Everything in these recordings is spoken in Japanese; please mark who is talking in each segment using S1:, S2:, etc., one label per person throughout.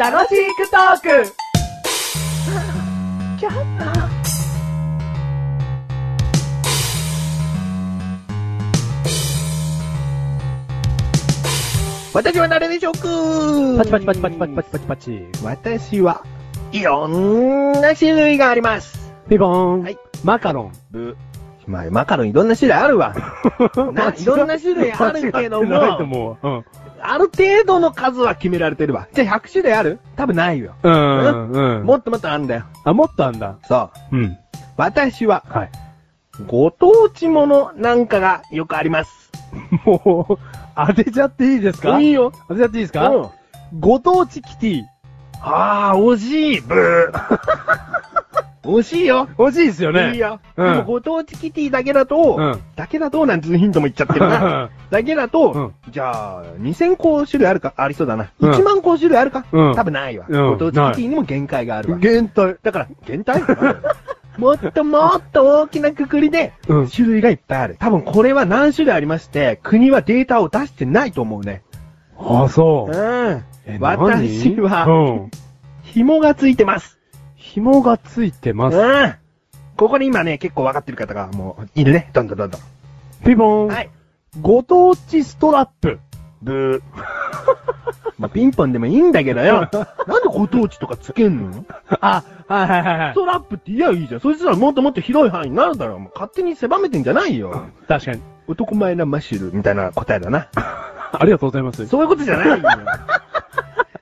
S1: 楽しくトーク
S2: 私は誰でしょうか
S3: パチパチパチパチパチパチパチパチ。
S2: 私はいろんな種類があります。
S3: ピボーン。
S2: はい
S3: マカロン。
S2: ブ。まあ、マカロンいろんな種類あるわ。 ないろんな種類あるけども
S3: 間違ってないと思う。うん。
S2: ある程度の数は決められてるわ。じゃあ100種類ある多分ないよ。
S3: うん。うん。
S2: もっともっとあるんだよ。
S3: あ、もっとあんだ。
S2: そう。
S3: うん。
S2: 私は、
S3: はい。
S2: ご当地ものなんかがよくあります。
S3: もう、当てちゃっていいですか
S2: いいよ。
S3: 当てちゃっていいです
S2: う
S3: か
S2: ん。
S3: ご当地キティ。
S2: ああ、惜しい。ブ ー。惜しいよ。
S3: 欲しいですよね。
S2: いいよ。
S3: うん
S2: でも、ご当地キティだけだと、
S3: うん
S2: だけだと、なんてヒントも言っちゃってるな。だけだと、じゃあ、2000個種類あるか、ありそうだな。
S3: うん
S2: 1万個種類あるか、
S3: うん
S2: 多分ないわ。
S3: うん
S2: ご当地キティにも限界があるわ。
S3: 限界。
S2: だから、限界もっともっと大きなくくりで、
S3: うん
S2: 種類がいっぱいある。多分これは何種類ありまして、国はデータを出してないと思うね。
S3: あ、そうう。
S2: ん。
S3: え
S2: 私は
S3: 何うん。
S2: 紐がついてます。
S3: 紐がついて
S2: う
S3: ます。
S2: ん。ここに今ね、結構分かってる方がもう、いるね。どんどんどんどん。
S3: ピボーン。
S2: はい。
S3: ご当地ストラップ。
S2: ブー。 まあ、ピンポンでもいいんだけどよ。なんでご当地とかつけんの
S3: あ、はいはいはいは
S2: ス。トラップって言えばいいじゃん。そしたらもっともっと広い範囲になるだろう。もう勝手に狭めてんじゃないよ。
S3: 確かに。
S2: 男前なマッシュルみたいな答えだな。
S3: ありがとうございます。
S2: そういうことじゃないよ。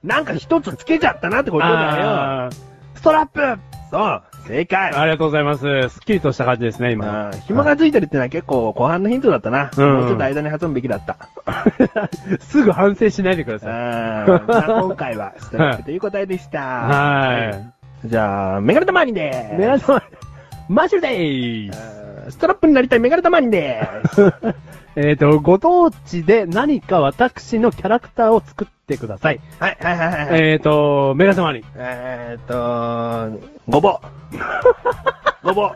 S2: なんか一つつけちゃったなってことだよ。
S3: あーストラップ
S2: そう、正解。
S3: ありがとうございます。すっきりとした感じですね、今。
S2: まあ、紐がついてるってのは結構後半のヒントだったな。
S3: うん
S2: もうちょっと間に挟むべきだった。
S3: すぐ反省しないでくだ
S2: うん
S3: さい。
S2: まあ今回はストラップという答えでした。
S3: は
S2: じゃあ、メガネたまにでー
S3: い。
S2: す。
S3: メガネ様、マッシュルでーす。
S2: うんストラップになりたいメガネたまにでーす。
S3: えっと、ご当地で何か私のキャラクターを作ってください。
S2: はい、はい、はい、はい。
S3: えっと、メガネ様に。
S2: えーっと、ごぼう。ごぼう。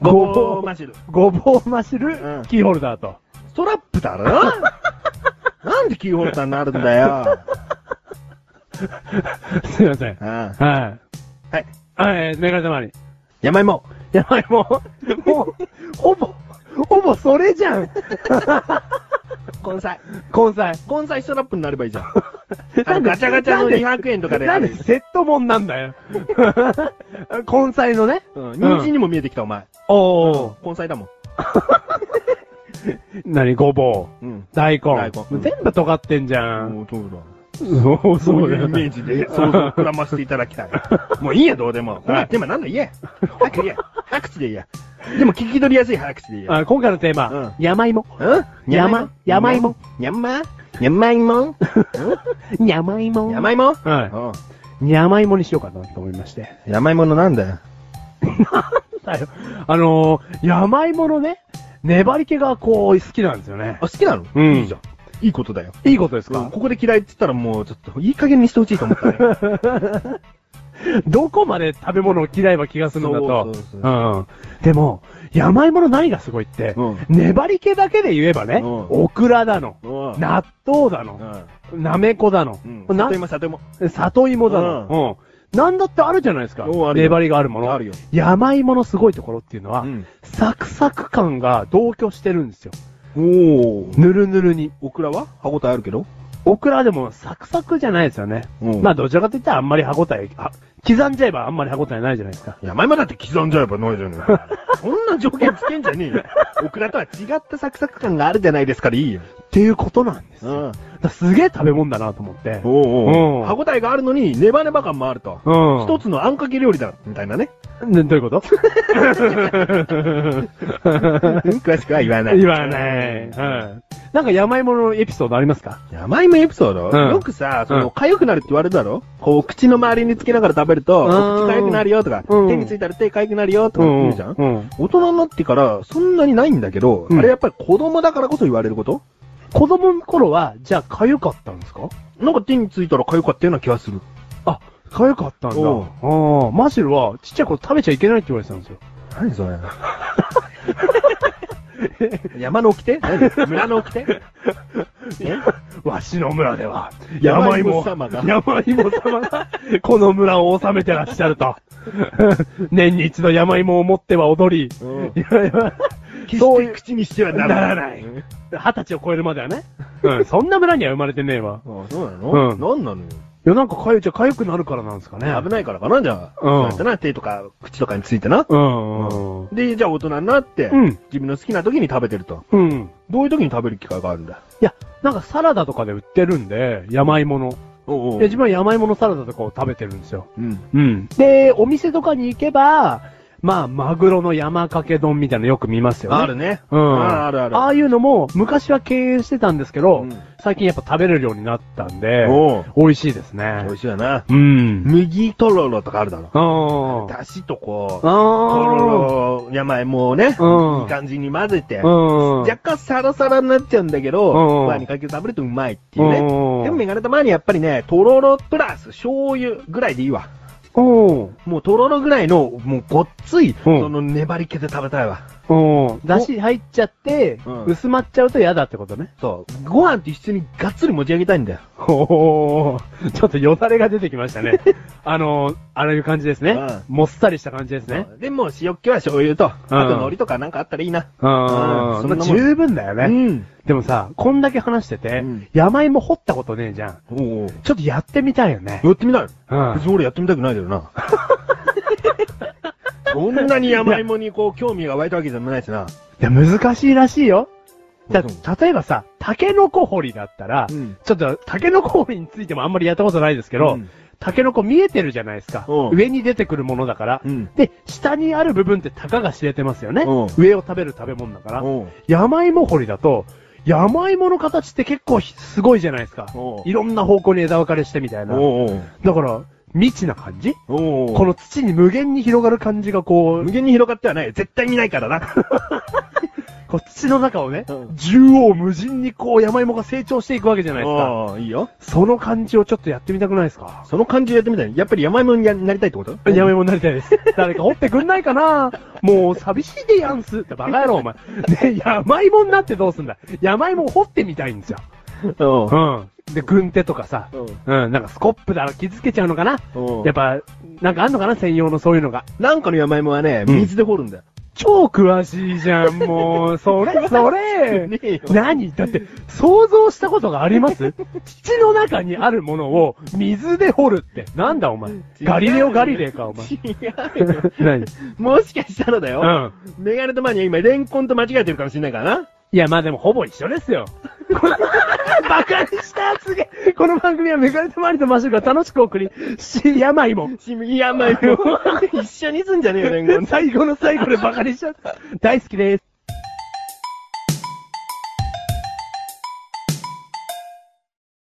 S2: ごぼうマシュル。
S3: ごぼうマッシュ
S2: うん
S3: ル、キーホルダーと。
S2: ストラップだろなんでキーホルダーになるんだよ。
S3: すいません。
S2: うんは。
S3: はいい。はい、メガネ様に。
S2: 山芋。
S3: やばい、もう、もう、ほぼ、ほぼそれじゃん。
S2: 根菜。
S3: 根菜。
S2: 根菜ストラッ プになればいいじゃん。あのガチャガチャの200円とかで
S3: なんでセットもんなんだ よ。根菜のね。
S2: うん。人参にも見えてきた、お前。
S3: おお。
S2: 根菜だもん。
S3: 何ごぼう。
S2: うん。
S3: 大根。
S2: 大根
S3: 全部尖ってんじゃん。
S2: もうそうだ。
S3: そう
S2: そう
S3: だ
S2: いう
S3: よ
S2: イメージで想像を膨らませていただ きたい。もういいや、どうでも。これテーマなんだ言え。早く言え。早口で言え。でも聞き取りやすい早口で言え。
S3: あ今回のテーマ、
S2: うん
S3: 山芋。
S2: うん
S3: 山山芋。
S2: 山山芋
S3: 山芋。
S2: 山芋
S3: は
S2: うん。
S3: い。山芋にしようかなと思いまして。
S2: 山芋のなんだよ。
S3: だよ。あのー、山芋のね、粘り気がこう、好きなんですよね
S2: あ、。好きなの
S3: うん
S2: いいじゃん。いいことだよ。
S3: いいことです
S2: う
S3: か
S2: ん、ここで嫌いって言ったらもうちょっといい加減にしてほしいと思ったね。
S3: どこまで食べ物を嫌いは気がするんだと。
S2: そうそう
S3: うん。でも、山芋の何がすごいって、
S2: うん
S3: 粘り気だけで言えばね、
S2: うん
S3: オクラだの、
S2: うん
S3: 納豆だの、なめこだの、
S2: うん。
S3: な
S2: 里芋、里芋。
S3: 里芋だの、うん。なんだってあるじゃないですか。
S2: おうあるよ
S3: 粘りがあるもの。
S2: あるよ
S3: 山芋のすごいところっていうのは、
S2: うん
S3: サクサク感が同居してるんですよ。
S2: おー。
S3: ぬるぬるに。
S2: オクラは歯応えあるけど
S3: オクラでもサクサクじゃないですよね。
S2: うん
S3: まあどちらかといったらあんまり歯応え、あ刻んじゃえばあんまり歯応えないじゃないですか。
S2: 山芋だって刻んじゃえばないじゃねえ か。そんな条件つけんじゃねえよ。オクラとは違ったサクサク感があるじゃないですからいいよ。
S3: っていうことなんですよ。
S2: うん
S3: だからすげえ食べ物だなと思って。
S2: おうおう
S3: う
S2: ん歯応えがあるのに、ネバネバ感もあると。
S3: うん
S2: 一つのあんかけ料理だ、みたいな ね。
S3: ねどういうこと
S2: 詳しくは言わない。
S3: 言わない。うん。なんか山芋のエピソードありますか
S2: 山芋エピソード、
S3: うん
S2: よくさ、そうの、
S3: ん
S2: 痒くなるって言われるだろこう、口の周りにつけながら食べると、
S3: うん
S2: 口痒くなるよとか、
S3: うん
S2: 手についたら手痒くなるよとか言うじゃん、
S3: うん。
S2: 大人になってから、そんなにないんだけど、
S3: うん
S2: あれやっぱり子供だからこそ言われること
S3: 子供の頃は、じゃあ痒かったんですか
S2: なんか手についたら痒かったような気がする。
S3: あ、痒かったんだ。
S2: おう
S3: ああ、マシルは、ちっちゃい頃食べちゃいけないって言われてたんですよ。
S2: 何そ れ山の掟何村の掟え
S3: わしの村では、
S2: 山芋様が
S3: 山芋様が、 この村を治めてらっしゃる と。年に一度山芋を持っては踊り、
S2: うん
S3: いやいや
S2: 決
S3: そ
S2: し
S3: うい
S2: て
S3: う
S2: 口にしてはならない。
S3: な二十歳を超えるまではね。うん、そんな村には生まれてねえわ。
S2: ああそうなの、
S3: うん
S2: なんなのよ。
S3: いや、なんかかゆちゃかゆくなるからなんですかね。
S2: 危ないからかな、じゃあ。
S3: う
S2: そう
S3: ん
S2: やってな、手とか口とかについてな。
S3: うんうんうん。
S2: で、じゃあ大人になって、
S3: うん
S2: 自分の好きな時に食べてると。
S3: うん。
S2: どういう時に食べる機会があるんだ
S3: いや、なんかサラダとかで売ってるんで、山芋の。
S2: お
S3: で、自分は山芋のサラダとかを食べてるんですよ。
S2: うん。
S3: うん。で、お店とかに行けば、まあ、マグロの山かけ丼みたいなのよく見ますよね。
S2: あるね。
S3: うん。
S2: あるある
S3: ああいうのも、昔は経営してたんですけど、
S2: うん
S3: 最近やっぱ食べれるようになったんで、
S2: おう
S3: 美味しいですね
S2: 美。味しいよな。
S3: うん。
S2: 麦とろろとかあるだろ。
S3: ああ。
S2: だしとこう、と
S3: ああ。
S2: ろろ、山芋をね、
S3: うん
S2: いい感じに混ぜて、
S3: うん。
S2: 若干サラサラになっちゃうんだけ
S3: う
S2: ど、
S3: ん
S2: まあにかけて食べるとうまいっていうね。
S3: うん
S2: でもメガネたまにやっぱりね、とろろプラス醤油ぐらいでいいわ。
S3: お
S2: もうとろろぐらいの、もうごっつい、
S3: うん
S2: その粘り気で食べたいわ。
S3: おだし入っちゃって、
S2: うん
S3: 薄まっちゃうと嫌だってことね。
S2: そう。ご飯と一緒にがっつり持ち上げたいんだよ。
S3: おー、ちょっとよだれが出てきました ね。あのー、ああいう感じですね、
S2: うん
S3: もっさりした感じですね。
S2: そうで、もう塩っ気は醤油と、あと海
S3: うん
S2: 苔とかなんかあったらいいな。
S3: うん
S2: うんそんなもん
S3: まあ十分だよ
S2: う
S3: ね、
S2: ん。
S3: でもさ、こんだけ話してて、
S2: うん
S3: 山芋掘ったことねえじゃん。
S2: おうおう
S3: ちょっとやってみたいよね。
S2: やってみたい。
S3: うん
S2: 別に俺やってみたくないけどな。そんなに山芋にこう興味が湧いたわけじゃないしな。
S3: いや、難しいらしいよ。じゃ
S2: そう
S3: あ、例えばさ、タケノコ掘りだったら、
S2: うん
S3: ちょっと、タケノコ掘りについてもあんまりやったことないですけ
S2: う
S3: ど
S2: ん、
S3: タケノコ見えてるじゃないですか。
S2: うん
S3: 上に出てくるものだから、
S2: うん
S3: で、下にある部分ってたかが知れてますよね。
S2: う
S3: 上を食べる食べ物だから。
S2: おう
S3: 山芋掘りだと、山芋の形って結構ひすごいじゃないですか
S2: お。う
S3: いろんな方向に枝分かれしてみたいな。
S2: おう
S3: だから、未知な感じ
S2: おうおう
S3: この土に無限に広がる感じがこう
S2: 無、限に広がってはない。絶対にないから な。
S3: こう土の中をね、
S2: うん
S3: 縦横無尽にこう山芋が成長していくわけじゃないですか。
S2: ああ、いいよ。
S3: その感じをちょっとやってみたくないですか
S2: その感じでやってみたい。やっぱり山芋になりたいって こと
S3: 山芋になりたいです。誰か掘ってくんないかなもう寂しいでやんす。ってバカ野郎お前。で、山芋になってどうすんだ山芋を掘ってみたいんですよ。
S2: おう
S3: うん。で、軍手とかさ、うん、なんかスコップだら傷つけちゃうのかな
S2: おう
S3: やっぱ、なんかあんのかな専用のそういうのが。
S2: なんかの山芋はね、
S3: うん
S2: 水で掘るんだよ。
S3: 超詳しいじゃん、もう。それ、そ れ。
S2: ねえよ
S3: 何だって、想像したことがあります土の中にあるものを水で掘るって。なんだお前。ガリレオ・ガリレイか、お前。
S2: 違うよ。
S3: 何
S2: もしかしたらだよ。
S3: うん。
S2: メガネとマニア今、レンコンと間違えてるかもしれないからな。
S3: いや、まあでもほぼ一緒ですよ。このバカにしたすげえこの番組はメガネとマリとマシュルが楽しく送り、し、病も。
S2: 山芋。一緒にすんじゃねえよ、レンコン。
S3: 最後の最後でバカにしちゃった。大好きです。